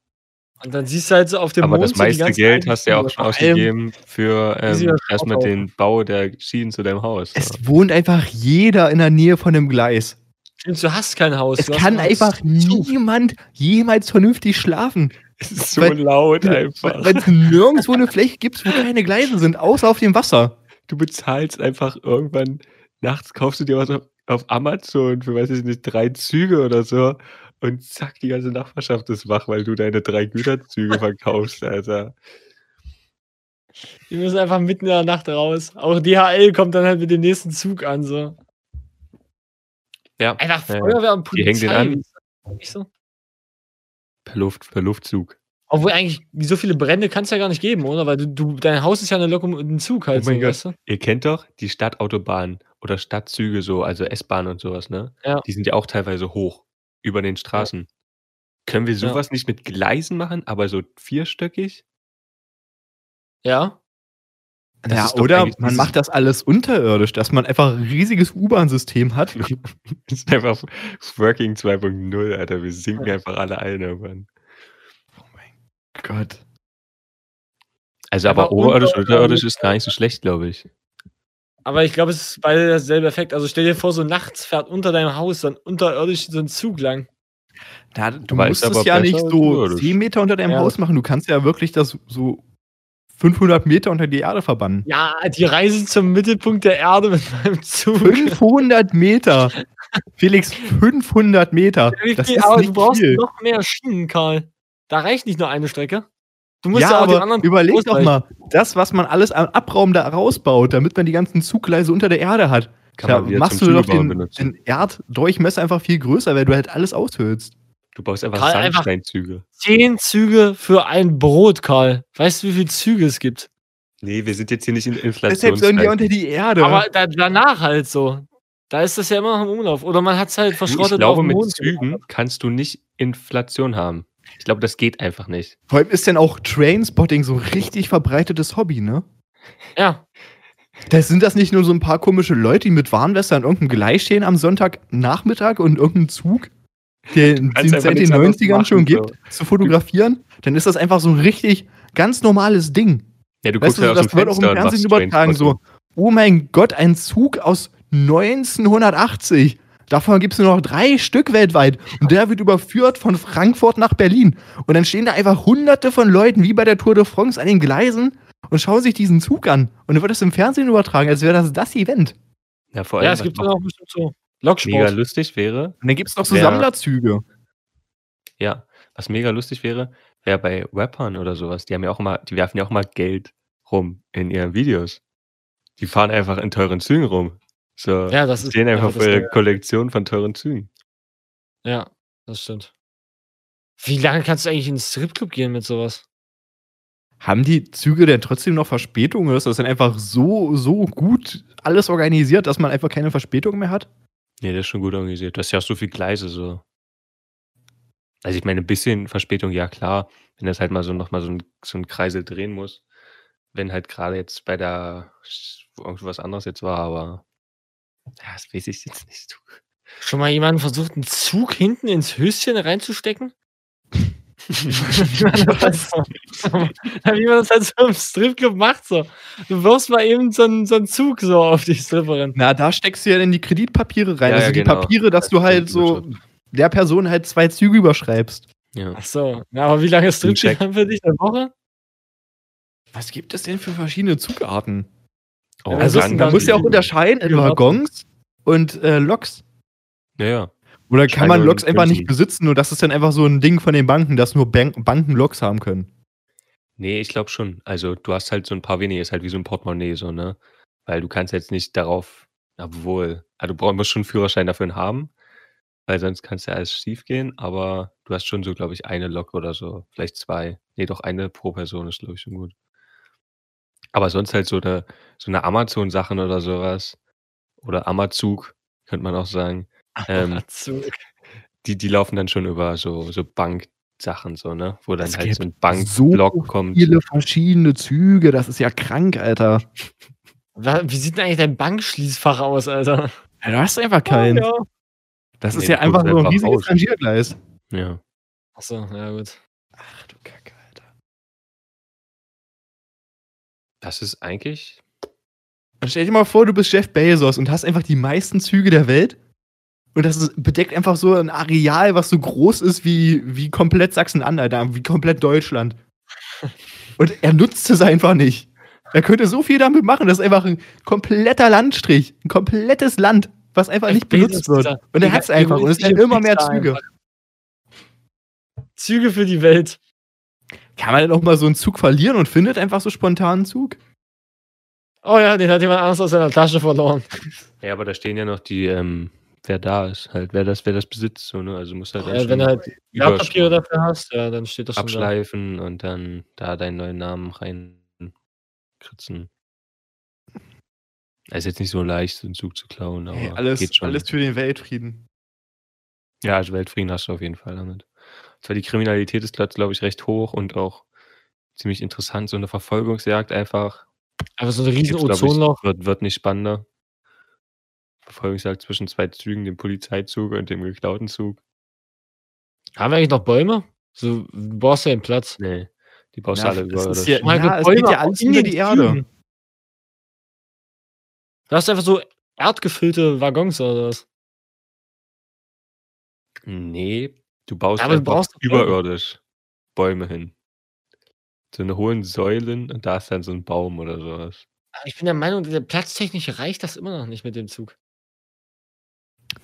Speaker 4: Und dann siehst du halt so auf dem
Speaker 2: Aber
Speaker 4: Mond
Speaker 2: das meiste Geld hast du ja auch schon ausgegeben für
Speaker 4: sie
Speaker 2: ähm,
Speaker 4: ja
Speaker 2: erstmal
Speaker 4: Schrott
Speaker 2: den Bau der Schienen zu deinem Haus.
Speaker 3: Es wohnt einfach jeder in der Nähe von einem Gleis.
Speaker 4: Stimmt, du hast kein Haus.
Speaker 3: Es
Speaker 4: du hast
Speaker 3: kann
Speaker 4: nur einen
Speaker 3: einfach
Speaker 4: Zug.
Speaker 3: niemand jemals vernünftig schlafen,
Speaker 2: Es ist so
Speaker 3: weil-
Speaker 2: laut einfach.
Speaker 3: weil es nirgendwo eine Fläche gibt, wo keine Gleise sind, außer auf dem Wasser.
Speaker 2: Du bezahlst einfach irgendwann nachts, kaufst du dir was auf, auf Amazon für, weiß ich nicht, drei Züge oder so. Und zack, die ganze Nachbarschaft ist wach, weil du deine drei Güterzüge verkaufst, Alter.
Speaker 4: Die müssen einfach mitten in der Nacht raus. Auch DHL kommt dann halt mit dem nächsten Zug an. So.
Speaker 2: Ja.
Speaker 4: Einfach
Speaker 2: Ja, ja.
Speaker 4: Feuerwehr und
Speaker 2: Die
Speaker 4: Polizei.
Speaker 2: hängen den an.
Speaker 4: ist das nicht So.
Speaker 2: Per, Luft, per Luftzug.
Speaker 4: Obwohl eigentlich so viele Brände kann es ja gar nicht geben, oder? Weil du, du dein Haus ist ja eine Lokom ein Zug halt.
Speaker 2: Oh mein
Speaker 4: so,
Speaker 2: Gott.
Speaker 4: Weißt du?
Speaker 2: Ihr kennt doch die Stadtautobahnen oder Stadtzüge so, also S-Bahn und sowas, ne?
Speaker 4: Ja.
Speaker 2: Die sind ja auch teilweise hoch über den Straßen. Können wir
Speaker 4: Ja.
Speaker 2: sowas nicht mit Gleisen machen, aber so vierstöckig?
Speaker 4: Ja.
Speaker 2: Das
Speaker 3: ja,
Speaker 2: ist doch
Speaker 3: oder
Speaker 2: eigentlich
Speaker 3: man
Speaker 2: dieses-
Speaker 3: macht das alles unterirdisch, dass man einfach ein riesiges U-Bahn-System hat.
Speaker 2: Das ist einfach Working 2.0, Alter. Wir sinken
Speaker 4: Ja.
Speaker 2: einfach alle ein irgendwann.
Speaker 3: Oh Gott.
Speaker 2: Also,
Speaker 4: aber
Speaker 2: aber,
Speaker 4: Aber
Speaker 2: oberirdisch,
Speaker 4: oberirdisch, unter- unterirdisch
Speaker 2: unterirdisch ist gar nicht so
Speaker 3: äh,
Speaker 2: schlecht, glaube ich.
Speaker 4: Aber ich glaube, es ist beide derselbe Effekt. Also stell dir vor, so nachts fährt unter deinem Haus dann unterirdisch so ein Zug lang.
Speaker 3: Na, du
Speaker 2: Aber
Speaker 3: musst
Speaker 2: ist aber
Speaker 3: es ja
Speaker 2: besser
Speaker 3: nicht
Speaker 2: als
Speaker 3: so
Speaker 2: unterirdisch.
Speaker 3: 10 Meter unter deinem
Speaker 4: Ja.
Speaker 3: Haus machen. Du kannst ja wirklich das so 500 Meter unter die Erde verbannen.
Speaker 4: Ja, die Reise zum Mittelpunkt der Erde mit meinem Zug.
Speaker 3: 500 Meter! Felix, 500 Meter!
Speaker 4: Wie
Speaker 3: Das
Speaker 4: viel-
Speaker 3: ist
Speaker 4: aber
Speaker 3: nicht
Speaker 4: du brauchst
Speaker 3: viel.
Speaker 4: noch mehr Schienen, Karl. Da reicht nicht nur eine Strecke. Du
Speaker 3: Ja,
Speaker 4: auch
Speaker 3: aber
Speaker 4: den anderen
Speaker 3: überleg doch
Speaker 4: ausweichen.
Speaker 3: mal, das, was man alles am Abraum da rausbaut, damit man die ganzen Zuggleise unter der Erde hat,
Speaker 1: Kann
Speaker 3: da
Speaker 1: man wieder
Speaker 3: machst
Speaker 1: zum
Speaker 3: du doch
Speaker 1: Tunnelbauen
Speaker 3: den,
Speaker 1: benutzen.
Speaker 3: den Erddurchmesser einfach viel größer, weil du halt alles aushöhlst.
Speaker 2: Du brauchst einfach
Speaker 4: Karl, einfach-
Speaker 2: Sandsteinzüge.
Speaker 4: Zehn Züge für ein Brot, Karl. Weißt du, wie viele Züge es gibt?
Speaker 2: Nee, wir sind jetzt hier nicht in
Speaker 3: Deshalb sollen die
Speaker 2: Inflation.
Speaker 3: unter die Erde.
Speaker 4: Aber da, danach halt so. Da ist das ja immer noch im Umlauf. Oder man hat es halt
Speaker 2: Ich
Speaker 4: verschrottet auf
Speaker 2: glaube,
Speaker 4: dem
Speaker 2: mit
Speaker 4: Mond.
Speaker 2: Zügen kannst du nicht Inflation haben. Ich glaube, das geht einfach nicht.
Speaker 3: Vor allem ist denn auch Trainspotting so ein richtig verbreitetes Hobby, ne?
Speaker 4: Ja.
Speaker 3: Das sind das nicht nur so ein paar komische Leute, die mit Warnwester an irgendeinem Gleis stehen am Sonntagnachmittag und irgendeinen Zug, den
Speaker 2: kannst
Speaker 3: den es
Speaker 2: einfach
Speaker 3: seit den
Speaker 2: nichts anderes
Speaker 3: 90ern schon
Speaker 2: machen,
Speaker 3: gibt, zu fotografieren? Dann ist das einfach so ein richtig ganz normales Ding.
Speaker 2: Ja, du
Speaker 3: Weißt du,
Speaker 2: halt
Speaker 3: das wird auch im
Speaker 2: und machst
Speaker 3: Fernsehen übertragen, so, oh mein Gott, ein Zug aus 1980. Davon gibt es nur noch drei Stück weltweit. Und der wird überführt von Frankfurt nach Berlin. Und dann stehen da einfach hunderte von Leuten, wie bei der Tour de France, an den Gleisen und schauen sich diesen Zug an. Und dann wird das im Fernsehen übertragen, als wäre das das Event.
Speaker 2: Ja, vor allem,
Speaker 4: Ja, es gibt
Speaker 2: was
Speaker 4: ja
Speaker 2: noch
Speaker 4: auch bestimmt so
Speaker 2: mega
Speaker 4: Loksport.
Speaker 2: lustig wäre,
Speaker 3: Und dann gibt es noch so
Speaker 2: Ja.
Speaker 3: Sammlerzüge.
Speaker 2: ja, was mega lustig wäre, wäre bei Rappern oder sowas. Die haben ja auch immer, die werfen ja auch mal Geld rum in ihren Videos. Die fahren einfach in teuren Zügen rum. So,
Speaker 4: Ja, das ist.
Speaker 2: stehen
Speaker 4: ja,
Speaker 2: einfach
Speaker 4: das
Speaker 2: vor ihrer Kollektion von teuren Zügen.
Speaker 4: ja, das stimmt. Wie lange kannst du eigentlich in den Stripclub gehen mit sowas?
Speaker 3: Haben die Züge denn trotzdem noch Verspätungen? Oder ist das dann einfach so, so gut alles organisiert, dass man einfach keine Verspätung mehr hat?
Speaker 2: Nee, das ist schon gut organisiert. Du hast ja auch so viel Gleise, so. Also ich meine, ein bisschen Verspätung, ja klar, wenn das halt mal so nochmal so ein, so ein Kreisel drehen muss. Wenn halt gerade jetzt bei der wo irgendwas anderes jetzt war, aber ja, das weiß ich jetzt nicht.
Speaker 4: Schon mal jemanden versucht, einen Zug hinten ins Höschen reinzustecken? wie man das, so, wie man das halt so im Stripclub macht. So. Du wirfst mal eben so einen, so einen Zug so auf die Stripperin.
Speaker 3: Na, da steckst du ja dann die Kreditpapiere rein.
Speaker 2: Ja,
Speaker 3: also
Speaker 2: ja,
Speaker 3: die
Speaker 2: genau.
Speaker 3: Papiere, dass du halt so der Person halt zwei Züge überschreibst.
Speaker 2: Ja.
Speaker 4: Achso, na, aber wie lange ist
Speaker 2: Ein
Speaker 4: Stripclub
Speaker 2: Check.
Speaker 4: dann für dich? Eine Woche?
Speaker 3: Was gibt es denn für verschiedene Zugarten?
Speaker 2: Oh,
Speaker 4: Also,
Speaker 2: dann-
Speaker 3: Man muss ja auch unterscheiden in
Speaker 4: Ja.
Speaker 3: Waggons und äh, Loks.
Speaker 2: Ja, ja.
Speaker 3: Oder kann man
Speaker 2: Scheine
Speaker 3: Loks
Speaker 2: und
Speaker 3: einfach
Speaker 2: Tüten.
Speaker 3: nicht besitzen und das ist dann einfach so ein Ding von den Banken, dass nur Bank Banken Loks haben können.
Speaker 2: Nee, ich glaube schon. Also du hast halt so ein paar wenige, ist halt wie so ein Portemonnaie, so, ne? Weil du kannst jetzt nicht darauf, obwohl, also du brauch, musst schon einen Führerschein dafür haben, weil sonst kannst ja alles schief gehen, aber du hast schon so, glaube ich, eine Lok oder so, vielleicht zwei. Nee, doch eine pro Person ist, glaube ich, schon gut. Aber sonst halt so eine, so eine Amazon-Sachen oder sowas. Oder Amazug, könnte man auch sagen. Ähm,
Speaker 4: Zug.
Speaker 2: die, die laufen dann schon über so, so Banksachen, so, ne? Wo dann
Speaker 3: Es
Speaker 2: halt so ein
Speaker 3: so
Speaker 2: Bankblock kommt.
Speaker 3: Viele verschiedene Züge, das ist ja krank, Alter.
Speaker 4: Wa- Wie sieht denn eigentlich dein Bankschließfach aus, Alter?
Speaker 3: Ja, du hast einfach keinen.
Speaker 4: Ja.
Speaker 3: Das ist
Speaker 2: Nee,
Speaker 3: ja
Speaker 2: du guckst
Speaker 3: einfach nur ein
Speaker 2: einfach
Speaker 3: riesiges
Speaker 2: raus.
Speaker 3: Rangiergleis.
Speaker 2: Ja.
Speaker 4: Achso, ja gut.
Speaker 3: Ach du Kacke, Alter.
Speaker 2: Das ist eigentlich.
Speaker 3: Und Also stell dir mal vor, du bist Jeff Bezos und hast einfach die meisten Züge der Welt. Und das ist, bedeckt einfach so ein Areal, was so groß ist wie, wie komplett Sachsen-Anhalt, wie komplett Deutschland. Und er nutzt es einfach nicht. Er könnte so viel damit machen. Das ist einfach ein kompletter Landstrich. Ein komplettes Land, was einfach
Speaker 4: Jeff
Speaker 3: nicht
Speaker 4: Bezos,
Speaker 3: benutzt wird.
Speaker 4: dieser-
Speaker 3: Und er
Speaker 4: dieser
Speaker 3: hat es einfach. Und es
Speaker 4: egoistische
Speaker 3: werden immer mehr
Speaker 4: Wichser
Speaker 3: Züge.
Speaker 4: einfach. Züge für die Welt.
Speaker 3: Kann man denn auch mal so einen Zug verlieren und findet einfach so spontan einen Zug?
Speaker 4: Oh ja, den hat jemand anders aus seiner Tasche verloren.
Speaker 2: Ja, aber da stehen ja noch die, ähm, wer da ist, halt, wer das, wer das besitzt, so, ne? Also muss halt dann
Speaker 4: Ja, wenn
Speaker 2: schon
Speaker 4: du halt Wertpapiere
Speaker 2: überschreiben,
Speaker 4: dafür hast, ja, dann steht das schon da.
Speaker 2: abschleifen und dann da deinen neuen Namen reinkritzen. Ist jetzt nicht so leicht, so einen Zug zu klauen, aber
Speaker 3: Hey, alles,
Speaker 2: geht schon.
Speaker 3: alles für den Weltfrieden.
Speaker 2: ja, also Weltfrieden hast du auf jeden Fall damit. Zwar die Kriminalität ist, glaube ich, recht hoch und auch ziemlich interessant, so eine Verfolgungsjagd einfach.
Speaker 4: Aber so ein riesen
Speaker 2: Gibt's, glaub ich,
Speaker 4: Ozonloch.
Speaker 2: Wird, wird nicht spannender. Verfolgungsjagd zwischen zwei Zügen, dem Polizeizug und dem geklauten Zug.
Speaker 4: Haben wir eigentlich noch Bäume? So, du brauchst ja den Platz.
Speaker 2: Nee, die baust
Speaker 3: Na,
Speaker 2: du alle über.
Speaker 3: das
Speaker 2: Oder?
Speaker 3: ist ja-
Speaker 2: so.
Speaker 3: Ja, es geht ja alles
Speaker 4: in
Speaker 3: unter
Speaker 4: den
Speaker 3: die Erde.
Speaker 4: Zügen. Du hast einfach so erdgefüllte Waggons oder was.
Speaker 2: nee, du baust
Speaker 4: Aber du
Speaker 2: einfach
Speaker 4: brauchst doch Bäume.
Speaker 2: überirdisch Bäume hin. So eine hohen Säulen und da ist dann so ein Baum oder sowas.
Speaker 4: Aber Ich bin der Meinung, der platztechnisch reicht das immer noch nicht mit dem Zug.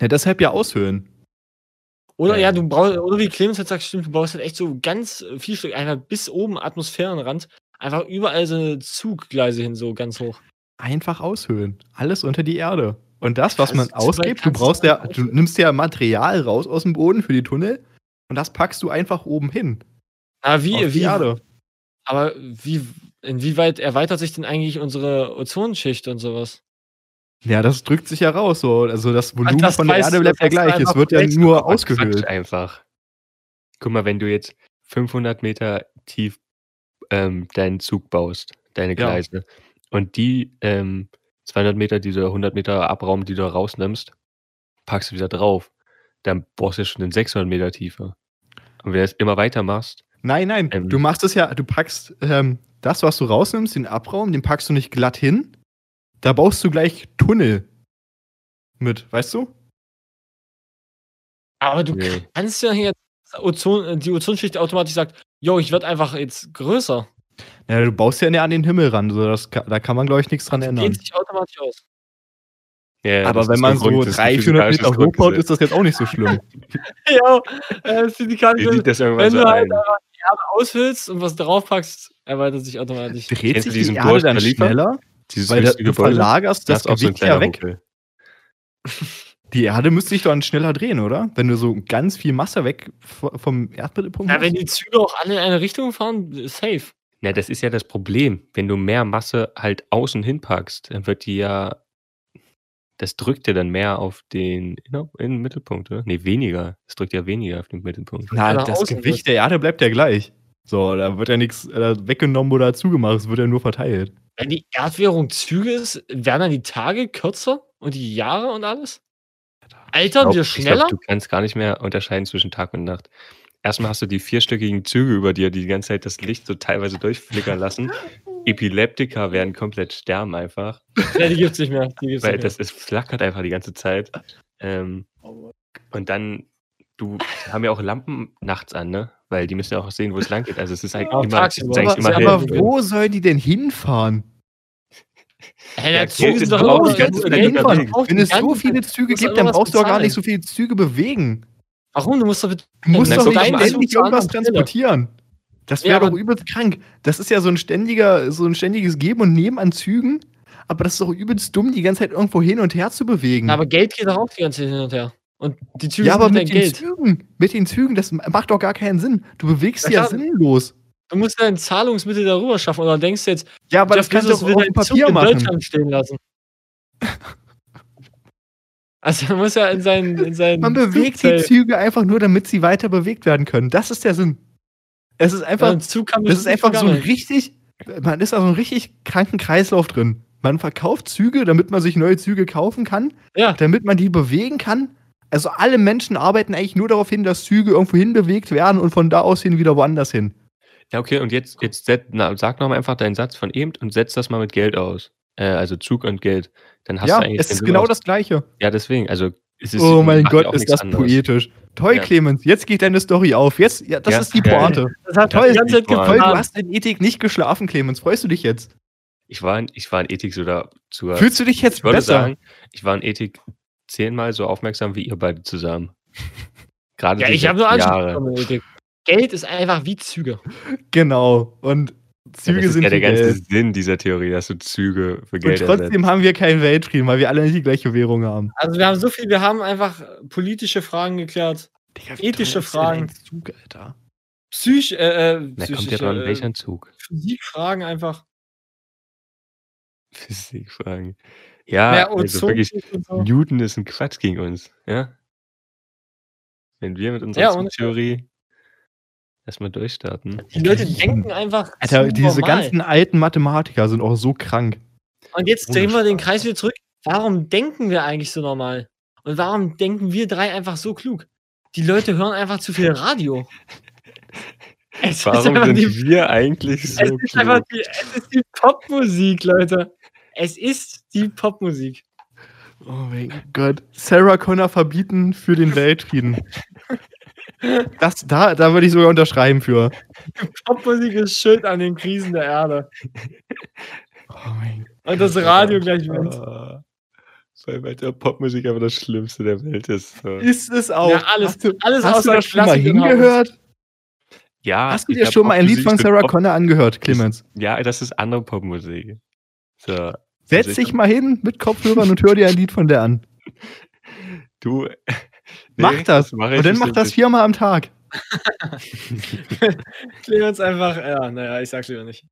Speaker 3: Ja, deshalb ja aushöhlen.
Speaker 4: Oder
Speaker 5: Ja,
Speaker 4: ja,
Speaker 5: ja.
Speaker 4: du brauchst, oder wie Clemens jetzt sagt, stimmt, du brauchst halt echt so ganz äh, viel Stück, einfach bis oben Atmosphärenrand, einfach überall so eine Zuggleise hin, so ganz hoch.
Speaker 3: Einfach aushöhlen. Alles unter die Erde. Und das, was
Speaker 4: Das-
Speaker 3: man
Speaker 4: das
Speaker 3: ausgibt, du
Speaker 4: kannst du
Speaker 3: brauchst ja,
Speaker 4: einfach
Speaker 3: du nimmst ja Material raus aus dem Boden für die Tunnel und das packst du einfach oben hin.
Speaker 4: Aber Ah, wie,
Speaker 3: auf die
Speaker 4: wie,
Speaker 3: Erde.
Speaker 4: aber wie, inwieweit erweitert sich denn eigentlich unsere Ozonschicht und sowas?
Speaker 3: Ja, das drückt sich ja raus. So. Also das Volumen
Speaker 4: das
Speaker 3: von der
Speaker 4: weißt
Speaker 3: Erde
Speaker 4: du,
Speaker 3: bleibt ja
Speaker 4: das weißt
Speaker 3: gleich.
Speaker 4: du
Speaker 3: Es wird ja
Speaker 4: einfach.
Speaker 3: nur
Speaker 2: Quatsch
Speaker 3: ausgehöhlt.
Speaker 2: Oh, einfach. Guck mal, wenn du jetzt 500 Meter tief ähm, deinen Zug baust, deine
Speaker 3: Ja.
Speaker 2: Gleise, und die ähm, 200 Meter, diese 100 Meter Abraum, die du rausnimmst, packst du wieder drauf, dann brauchst du ja schon in 600 Meter Tiefe. Und wenn du das immer weiter machst,
Speaker 3: Nein, nein,
Speaker 2: Ähm.
Speaker 3: du machst es ja, du packst ähm, das, was du rausnimmst, den Abraum, den packst du nicht glatt hin. Da baust du gleich Tunnel mit, weißt du?
Speaker 4: Aber du
Speaker 2: nee.
Speaker 4: kannst ja hier jetzt Ozon, die Ozonschicht automatisch sagt, yo, ich werde einfach jetzt größer.
Speaker 3: Ja, du baust ja näher an den Himmel ran, so das, ka- da kann man, glaube ich, nichts dran
Speaker 4: Die
Speaker 3: ändern.
Speaker 4: Dehnt sich automatisch aus.
Speaker 2: Ja,
Speaker 3: Aber
Speaker 2: das
Speaker 3: wenn
Speaker 2: ist
Speaker 3: man
Speaker 2: der Grund,
Speaker 3: so
Speaker 2: das ist ein
Speaker 3: 300, 400 Meter
Speaker 2: physikalisches
Speaker 3: hochbaut,
Speaker 2: Grundgesetz.
Speaker 3: ist das jetzt auch nicht so schlimm.
Speaker 4: ja, äh, physikalisch.
Speaker 1: Ihr sieht das irgendwann
Speaker 4: Wenn
Speaker 1: so
Speaker 4: du
Speaker 1: ein.
Speaker 4: halt einfach die Erde aushüllst und was draufpackst, erweitert sich automatisch.
Speaker 3: Dreht
Speaker 2: Kennst du
Speaker 3: sich die
Speaker 2: diesen
Speaker 3: Erde
Speaker 2: Burj
Speaker 3: dann
Speaker 2: Khalifa?
Speaker 3: schneller,
Speaker 2: Dieses
Speaker 3: weil da,
Speaker 2: riesige
Speaker 3: du
Speaker 2: Gebäude,
Speaker 3: verlagerst das,
Speaker 2: ist auch so ein
Speaker 3: Gewicht ja
Speaker 2: kleiner
Speaker 3: weg.
Speaker 2: Huckel.
Speaker 3: Die Erde müsste sich dann schneller drehen, oder? Wenn du so ganz viel Masse weg v- vom Erdmittelpunkt
Speaker 4: Ja, wenn
Speaker 3: hast.
Speaker 4: die Züge auch alle in eine Richtung fahren, safe.
Speaker 2: Na, das ist ja das Problem. Wenn du mehr Masse halt außen hinpackst, dann wird die ja. Das drückt ja dann mehr auf den inner- in Mittelpunkt, oder? Nee, weniger. Es drückt ja weniger auf den Mittelpunkt.
Speaker 3: Na,
Speaker 4: nach
Speaker 3: das
Speaker 4: außen
Speaker 3: Gewicht der Erde bleibt ja gleich. So, da wird ja nichts äh, weggenommen oder zugemacht, es wird ja nur verteilt.
Speaker 4: Wenn die Erdwährung Züge ist, werden dann die Tage kürzer und die Jahre und alles? Altern wir
Speaker 2: ich
Speaker 4: schneller?
Speaker 2: du kannst gar nicht mehr unterscheiden zwischen Tag und Nacht. Erstmal hast du die vierstöckigen Züge über dir, die die ganze Zeit das Licht so teilweise durchflickern lassen. Epileptiker werden komplett sterben einfach,
Speaker 4: ja, die gibt's nicht mehr. Die gibt's
Speaker 2: weil
Speaker 4: nicht mehr.
Speaker 2: das ist flackert einfach die ganze Zeit. Ähm,
Speaker 3: Oh,
Speaker 2: und dann, du die haben ja auch Lampen nachts an, ne? Weil die müssen ja auch sehen, wo es lang geht. Also es ist eigentlich
Speaker 4: Ja,
Speaker 2: immer, es
Speaker 4: tagsüber.
Speaker 2: ist eigentlich immer
Speaker 4: Aber-
Speaker 2: hell.
Speaker 4: aber wo-
Speaker 3: sollen die denn hinfahren?
Speaker 4: Hey, der
Speaker 2: Ja,
Speaker 4: Zug
Speaker 2: Geld
Speaker 4: ist
Speaker 2: ist
Speaker 4: doch
Speaker 2: drauf,
Speaker 4: immer
Speaker 2: die ganze
Speaker 4: so-
Speaker 2: Zeit
Speaker 4: Geld
Speaker 2: unterwegs.
Speaker 4: braucht die
Speaker 3: Wenn es so
Speaker 4: ganze
Speaker 3: viele
Speaker 4: Zeit.
Speaker 3: Züge
Speaker 4: musst
Speaker 3: gibt,
Speaker 4: doch
Speaker 3: dann
Speaker 4: was
Speaker 3: brauchst du auch gar
Speaker 4: bezahlen.
Speaker 3: nicht so viele Züge bewegen.
Speaker 4: Warum? Du musst doch mit
Speaker 3: Du musst
Speaker 2: Na,
Speaker 3: doch
Speaker 2: guck
Speaker 3: nicht
Speaker 2: doch mal.
Speaker 3: ständig
Speaker 4: Zur anderen
Speaker 3: irgendwas
Speaker 4: Stelle.
Speaker 3: transportieren. Das
Speaker 4: Ja,
Speaker 3: wäre
Speaker 4: aber-
Speaker 3: doch übelst krank. Das ist ja so ein ständiger, so ein ständiges Geben und Nehmen an Zügen. Aber das ist doch übelst dumm, die ganze Zeit irgendwo hin und her zu bewegen.
Speaker 4: Na, aber Geld geht doch auch die ganze Zeit hin und her. Und die Züge
Speaker 3: Hm. ja,
Speaker 4: sind
Speaker 3: aber
Speaker 4: doch
Speaker 3: mit den
Speaker 4: dein Geld.
Speaker 3: Zügen, mit den Zügen, das macht doch gar keinen Sinn. Du bewegst
Speaker 4: Ja,
Speaker 3: sie ja
Speaker 4: klar.
Speaker 3: sinnlos.
Speaker 4: Du musst dein Zahlungsmittel darüber schaffen oder denkst du jetzt,
Speaker 3: Ja, aber
Speaker 4: Jeff
Speaker 3: das kannst du
Speaker 4: Bezos
Speaker 3: doch auf dem
Speaker 4: deinen Zug
Speaker 3: Papier
Speaker 4: in
Speaker 3: machen.
Speaker 4: Deutschland stehen lassen. Also er muss ja in seinen, in seinen
Speaker 3: Man bewegt die
Speaker 4: Zugzelt-
Speaker 3: Züge einfach nur, damit sie weiter bewegt werden können. Das ist der Sinn. Es ist
Speaker 4: Ja,
Speaker 3: einfach
Speaker 4: ein Zug kann
Speaker 3: Das ist
Speaker 4: bestimmt
Speaker 3: einfach so ein
Speaker 4: vergammeln.
Speaker 3: richtig, man ist da so ein richtig kranken Kreislauf drin. Man verkauft Züge, damit man sich neue Züge kaufen kann,
Speaker 4: Ja.
Speaker 3: damit man die bewegen kann. Also alle Menschen arbeiten eigentlich nur darauf hin, dass Züge irgendwo hinbewegt werden und von da aus hin wieder woanders hin.
Speaker 2: Ja, okay, und jetzt, jetzt set- na, sag noch mal einfach deinen Satz von eben und setz das mal mit Geld aus. Äh, also Zug und Geld. Dann hast
Speaker 3: ja,
Speaker 2: du eigentlich
Speaker 3: es
Speaker 2: den
Speaker 3: ist
Speaker 2: Sinn
Speaker 3: genau
Speaker 2: aus-
Speaker 3: das Gleiche.
Speaker 2: Ja, deswegen. Also es ist,
Speaker 3: oh mein
Speaker 2: macht ja
Speaker 3: Gott,
Speaker 2: auch
Speaker 3: ist
Speaker 2: nichts
Speaker 3: das
Speaker 2: anderes.
Speaker 3: poetisch. Toll,
Speaker 2: Ja.
Speaker 3: Clemens, jetzt geht deine Story auf. Jetzt, ja, das
Speaker 2: Ja,
Speaker 3: ist die
Speaker 2: geil.
Speaker 3: Pointe.
Speaker 4: Das hat
Speaker 3: Toll,
Speaker 4: die ganze Zeit
Speaker 2: Mann.
Speaker 3: Toll, du
Speaker 2: Ah.
Speaker 4: gefallen.
Speaker 3: hast in Ethik nicht geschlafen, Clemens. Freust du dich jetzt?
Speaker 2: Ich war in, ich war in Ethik sogar zur.
Speaker 3: Fühlst du dich jetzt
Speaker 2: ich würde
Speaker 3: besser?
Speaker 2: sagen, ich war in Ethik zehnmal so aufmerksam wie ihr beide zusammen. Gerade
Speaker 4: Ja,
Speaker 2: die
Speaker 4: ich habe nur
Speaker 2: letzten
Speaker 4: Anspruch
Speaker 2: Jahre.
Speaker 4: bekommen, Ethik. Geld ist einfach wie Züge.
Speaker 3: Genau. Und
Speaker 2: Ja,
Speaker 3: Züge
Speaker 2: das ist
Speaker 3: sind
Speaker 2: ja der
Speaker 3: wie Geld.
Speaker 2: ganze Sinn dieser Theorie, dass du Züge für Geld
Speaker 3: Und trotzdem haben wir keinen Weltfrieden, weil wir alle nicht die gleiche Währung haben.
Speaker 4: Also wir haben so viel, wir haben einfach äh, politische Fragen geklärt,
Speaker 3: Digga,
Speaker 4: wie Ethische teuer ist denn Fragen. ein
Speaker 3: Zug, Alter.
Speaker 4: psych äh, äh,
Speaker 2: Na, kommt ja
Speaker 4: psychische
Speaker 2: dran,
Speaker 4: äh,
Speaker 2: welcher Zug?
Speaker 4: Physikfragen einfach.
Speaker 2: Physikfragen. Ja,
Speaker 4: Naja,
Speaker 2: also
Speaker 4: Ozon-
Speaker 2: wirklich,
Speaker 4: und so.
Speaker 2: Newton ist ein Quatsch gegen uns, ja? Wenn wir mit unserer
Speaker 4: Ja, ohne
Speaker 2: Zugtheorie erstmal durchstarten.
Speaker 4: Die Leute denken einfach
Speaker 3: Alter,
Speaker 4: zu
Speaker 3: diese
Speaker 4: normal.
Speaker 3: ganzen alten Mathematiker sind auch so krank.
Speaker 4: Und jetzt
Speaker 3: Ohne
Speaker 4: drehen wir den
Speaker 3: Spaß.
Speaker 4: Kreis wieder zurück. Warum denken wir eigentlich so normal? Und warum denken wir drei einfach so klug? Die Leute hören einfach zu viel Radio. Es
Speaker 2: Warum
Speaker 4: einfach
Speaker 2: sind
Speaker 4: die,
Speaker 2: wir eigentlich
Speaker 4: es
Speaker 2: so
Speaker 4: ist einfach
Speaker 2: klug?
Speaker 4: die, es ist die Popmusik, Leute. Es ist die Popmusik.
Speaker 3: Oh mein Gott. Sarah Connor verbieten für den Weltfrieden. Das, da, da würde ich sogar unterschreiben für.
Speaker 4: Popmusik ist Schild an den Krisen der Erde.
Speaker 3: Oh mein Oh
Speaker 4: Und das Radio gleich mit.
Speaker 2: Ah,
Speaker 1: Weil weiter Popmusik einfach das Schlimmste der Welt ist. So.
Speaker 3: Ist es auch.
Speaker 4: Ja, alles-
Speaker 3: hast du,
Speaker 4: alles
Speaker 3: hast du
Speaker 4: außer
Speaker 3: das schon mal
Speaker 4: Klassik im Haus.
Speaker 3: hingehört?
Speaker 4: Ah,
Speaker 2: Ja,
Speaker 3: Hast du
Speaker 2: ich
Speaker 3: dir
Speaker 2: hab
Speaker 3: schon mal ein Lied
Speaker 2: Popmusik-
Speaker 3: von
Speaker 2: ich bin
Speaker 3: Sarah
Speaker 2: Pop-
Speaker 3: Connor angehört, Clemens?
Speaker 2: Ja, das ist andere Popmusik. So,
Speaker 3: Setz
Speaker 2: sicher.
Speaker 3: dich mal hin mit Kopfhörern und hör dir ein Lied von der an.
Speaker 2: du.
Speaker 3: Mach das.
Speaker 2: mach
Speaker 3: Und dann mach das viermal am Tag.
Speaker 4: Clemens einfach, ja, naja, ich sag's lieber nicht.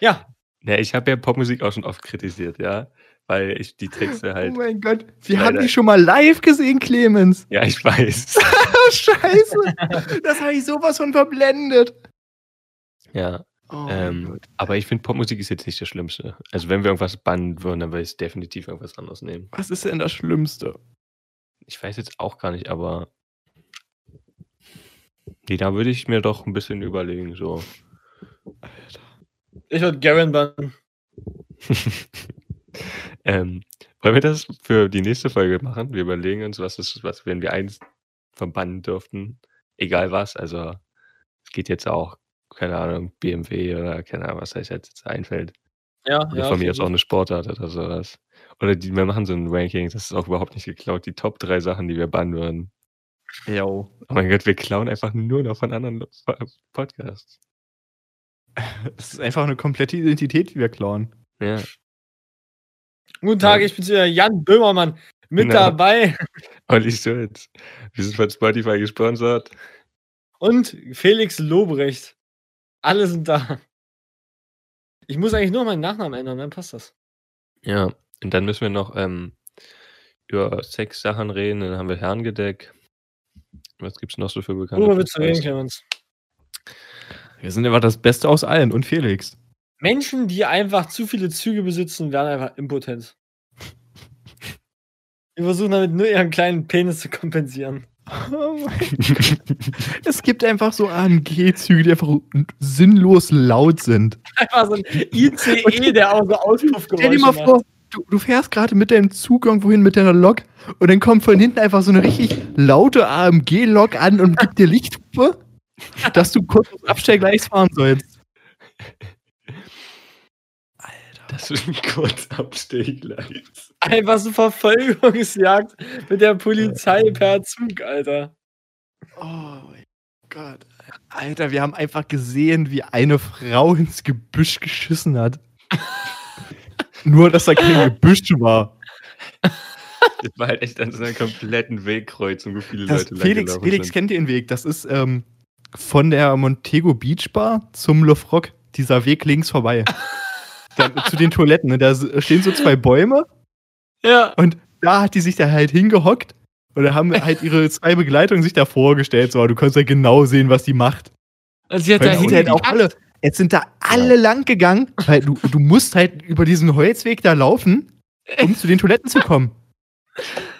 Speaker 4: Ja,
Speaker 2: Ne, ich habe ja Popmusik auch schon oft kritisiert, ja. Weil ich die Texte
Speaker 3: Oh
Speaker 2: halt.
Speaker 3: mein Gott. Wir haben
Speaker 2: Leider.
Speaker 3: dich schon mal live gesehen, Clemens.
Speaker 2: Ja, ich weiß.
Speaker 3: Oh, scheiße. Das habe ich sowas von verblendet.
Speaker 2: ja.
Speaker 3: Oh mein
Speaker 2: Ähm,
Speaker 3: Gott.
Speaker 2: aber ich finde, Popmusik ist jetzt nicht das Schlimmste. Also, wenn wir irgendwas bannen würden, dann würde ich definitiv irgendwas anderes nehmen.
Speaker 3: Was ist denn das Schlimmste?
Speaker 2: Ich weiß jetzt auch gar nicht, aber. Nee, da würde ich mir doch ein bisschen überlegen, so.
Speaker 4: ich würde Garen bannen.
Speaker 2: ähm, wollen wir das für die nächste Folge machen? Wir überlegen uns, was ist, was, wenn wir eins verbannen dürften. Egal was, also es geht jetzt auch, keine Ahnung, BMW oder keine Ahnung, was euch jetzt einfällt.
Speaker 4: Ja,
Speaker 2: Oder
Speaker 4: ja.
Speaker 2: von mir
Speaker 4: finde
Speaker 2: aus auch
Speaker 4: ich.
Speaker 2: eine Sportart oder sowas. Oder die, wir machen so ein Ranking, das ist auch überhaupt nicht geklaut. Die Top drei Sachen, die wir bannen würden.
Speaker 3: Jo.
Speaker 2: Oh mein Gott, wir klauen einfach nur noch von anderen Lo- Podcasts.
Speaker 3: Es ist einfach eine komplette Identität, die wir klauen.
Speaker 2: Ja.
Speaker 4: Guten Tag, ich bin's wieder, Jan Böhmermann. Mit
Speaker 2: Genau.
Speaker 4: dabei
Speaker 2: Olli Schulz. Wir sind von Spotify gesponsert.
Speaker 4: und Felix Lobrecht. Alle sind da. Ich muss eigentlich nur meinen Nachnamen ändern, dann passt das.
Speaker 2: Ja, und dann müssen wir noch ähm, über Sexsachen reden. Dann haben wir Herrengedeck. Was gibt's noch so für bekannte?
Speaker 4: Worüber willst du reden,
Speaker 2: Podcasts?
Speaker 4: Clemens?
Speaker 3: Wir sind einfach das Beste aus allen. Und Felix.
Speaker 4: Menschen, die einfach zu viele Züge besitzen, werden einfach impotent. Die versuchen damit nur ihren kleinen Penis zu kompensieren.
Speaker 3: Oh mein Gott. es gibt einfach so AMG-Züge, die einfach sinnlos laut sind.
Speaker 4: Einfach so ein ICE, der auch so Auspuffgeräusche
Speaker 3: Stell dir mal
Speaker 4: macht.
Speaker 3: vor, du, du fährst gerade mit deinem Zug irgendwohin mit deiner Lok und dann kommt von hinten einfach so eine richtig laute AMG-Lok an und gibt dir Lichthupe, dass du kurz aufs Abstellgleis fahren sollst.
Speaker 2: Das ist ein Kurzabstehgleis.
Speaker 4: Einfach so Verfolgungsjagd mit der Polizei per Zug, Alter.
Speaker 3: Oh mein Gott. Alter, wir haben einfach gesehen, wie eine Frau ins Gebüsch geschissen hat. Nur, dass da kein Gebüsch war.
Speaker 2: Das war halt echt an so einer kompletten Wegkreuzung, wo viele
Speaker 3: Das
Speaker 2: Leute
Speaker 3: Felix,
Speaker 2: langgelaufen
Speaker 3: Felix
Speaker 2: sind.
Speaker 3: kennt den Weg. Das ist ähm, von der Montego Beach Bar zum Lofrock. Dieser Weg links vorbei. da, zu den Toiletten. ne? Da s- stehen so zwei Bäume.
Speaker 4: Ja.
Speaker 3: Und da hat die sich da halt hingehockt. Und da haben halt ihre zwei Begleitungen sich da vorgestellt. So, du kannst ja genau sehen, was die macht.
Speaker 4: Also sie hat
Speaker 3: Weil
Speaker 4: da
Speaker 3: es sind
Speaker 4: hinten
Speaker 3: halt auch alle, jetzt sind da alle lang gegangen, weil du, du musst halt über diesen Holzweg da laufen, um zu den Toiletten zu kommen.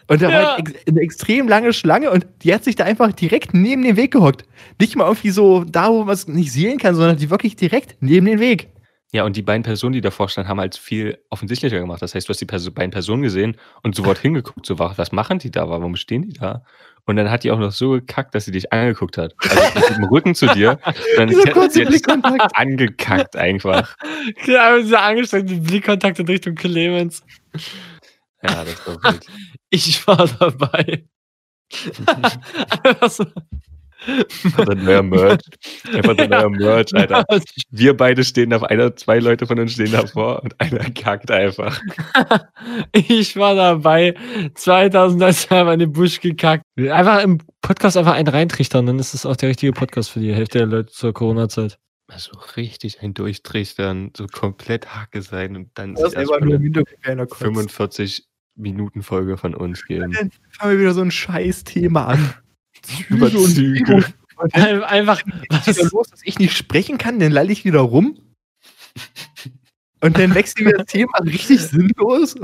Speaker 3: Und da
Speaker 4: Ja.
Speaker 3: war halt ex eine extrem lange Schlange und die hat sich da einfach direkt neben den Weg gehockt. Nicht mal irgendwie so da, wo man es nicht sehen kann, sondern die wirklich direkt neben den Weg.
Speaker 2: Ja, und die beiden Personen, die davor standen, haben halt viel offensichtlicher gemacht. Das heißt, du hast die Perso beiden Personen gesehen und sofort hingeguckt, so, wa- was machen die da, warum stehen die da? Und dann hat die auch noch so gekackt, dass sie dich angeguckt hat. Also mit dem Rücken zu dir. Dann
Speaker 3: Dieser
Speaker 2: sie hat-
Speaker 3: kurze
Speaker 2: sie hat dich
Speaker 3: Blickkontakt.
Speaker 2: Angekackt einfach.
Speaker 4: Ja, dieser angestrengte Blickkontakt in Richtung Clemens.
Speaker 2: Ja, das war wild.
Speaker 4: Ich war dabei. Einfach so.
Speaker 2: Einfach ein neuer Merch. Einfach ein neuer Merch, Alter. Wir beide stehen auf einer, zwei Leute von uns stehen davor und einer kackt einfach.
Speaker 4: Ich war dabei. 2013 haben wir in den Busch gekackt. Einfach im Podcast einfach einen reintrichtern, dann ist das auch der richtige Podcast für die Hälfte der Leute zur Corona-Zeit.
Speaker 2: Also richtig ein Durchdrehstern, so komplett Hacke sein und dann
Speaker 3: Das ist einfach nur im Hintergrund einer
Speaker 2: 45 Minuten Folge von uns geben.
Speaker 3: Fangen wir wieder so ein scheiß Thema an. Züge
Speaker 2: Über
Speaker 3: und
Speaker 2: Züge.
Speaker 3: Züge.
Speaker 4: Ein- Einfach,
Speaker 3: Was ist wieder
Speaker 4: was,
Speaker 3: los, dass ich nicht sprechen kann? Dann lalle ich wieder rum. Und dann wechseln wir das Thema richtig sinnlos.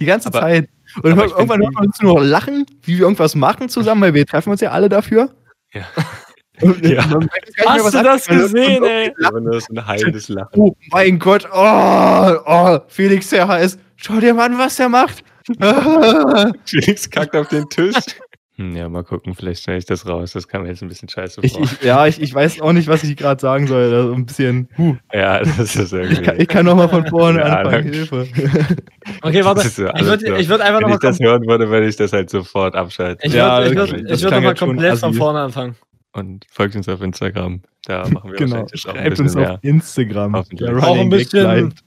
Speaker 3: Die ganze
Speaker 2: Aber-
Speaker 3: Zeit. Und
Speaker 2: aber ich
Speaker 3: irgendwann
Speaker 2: find
Speaker 3: hört man uns nur noch lachen, wie wir irgendwas machen zusammen, weil wir treffen uns ja alle dafür.
Speaker 2: Ja.
Speaker 3: Und
Speaker 2: Ja.
Speaker 3: man weiß gar nicht mehr,
Speaker 4: hast
Speaker 3: was
Speaker 4: du das
Speaker 3: anfangen soll.
Speaker 4: gesehen,
Speaker 3: Und-
Speaker 4: ey?
Speaker 2: Aber nur so ein heilendes Lachen.
Speaker 3: Oh mein Gott, oh, oh, Felix der HS, schau dir mal an, was der macht. Ah.
Speaker 2: Felix kackt auf den Tisch. Hm, ja, mal gucken, vielleicht schneide ich das raus. Das kam mir jetzt ein bisschen scheiße
Speaker 3: Ich,
Speaker 2: vor.
Speaker 3: ich, ja, ich, ich weiß auch nicht, was ich gerade sagen soll. Das ist ein bisschen. Huh,
Speaker 2: ja, das ist irgendwie.
Speaker 3: ich kann, ich kann nochmal von vorne
Speaker 2: Ja,
Speaker 3: anfangen.
Speaker 2: danke.
Speaker 3: Hilfe.
Speaker 4: Okay,
Speaker 2: Das
Speaker 4: warte.
Speaker 2: ist ja
Speaker 4: Ich
Speaker 2: alles
Speaker 4: würde
Speaker 2: klar.
Speaker 4: ich würd einfach
Speaker 2: Wenn ich das
Speaker 4: nochmal
Speaker 2: hören würde, würde ich das halt sofort abschalten.
Speaker 4: ich
Speaker 3: Ja,
Speaker 4: würd, ich würd,
Speaker 3: wirklich,
Speaker 4: ich
Speaker 3: das
Speaker 4: würd
Speaker 3: klang
Speaker 4: nochmal
Speaker 3: jetzt schon
Speaker 4: komplett von
Speaker 3: assi.
Speaker 4: vorne anfangen.
Speaker 2: Und folgt uns auf Instagram. Da machen wir
Speaker 3: genau.
Speaker 2: wahrscheinlich jetzt auch ein
Speaker 3: Schreibt
Speaker 2: bisschen
Speaker 3: uns auf
Speaker 2: mehr.
Speaker 3: Instagram.
Speaker 2: Hoffentlich.
Speaker 3: Der
Speaker 4: Auch ein
Speaker 3: Running Gag
Speaker 4: bisschen-
Speaker 3: bleibt.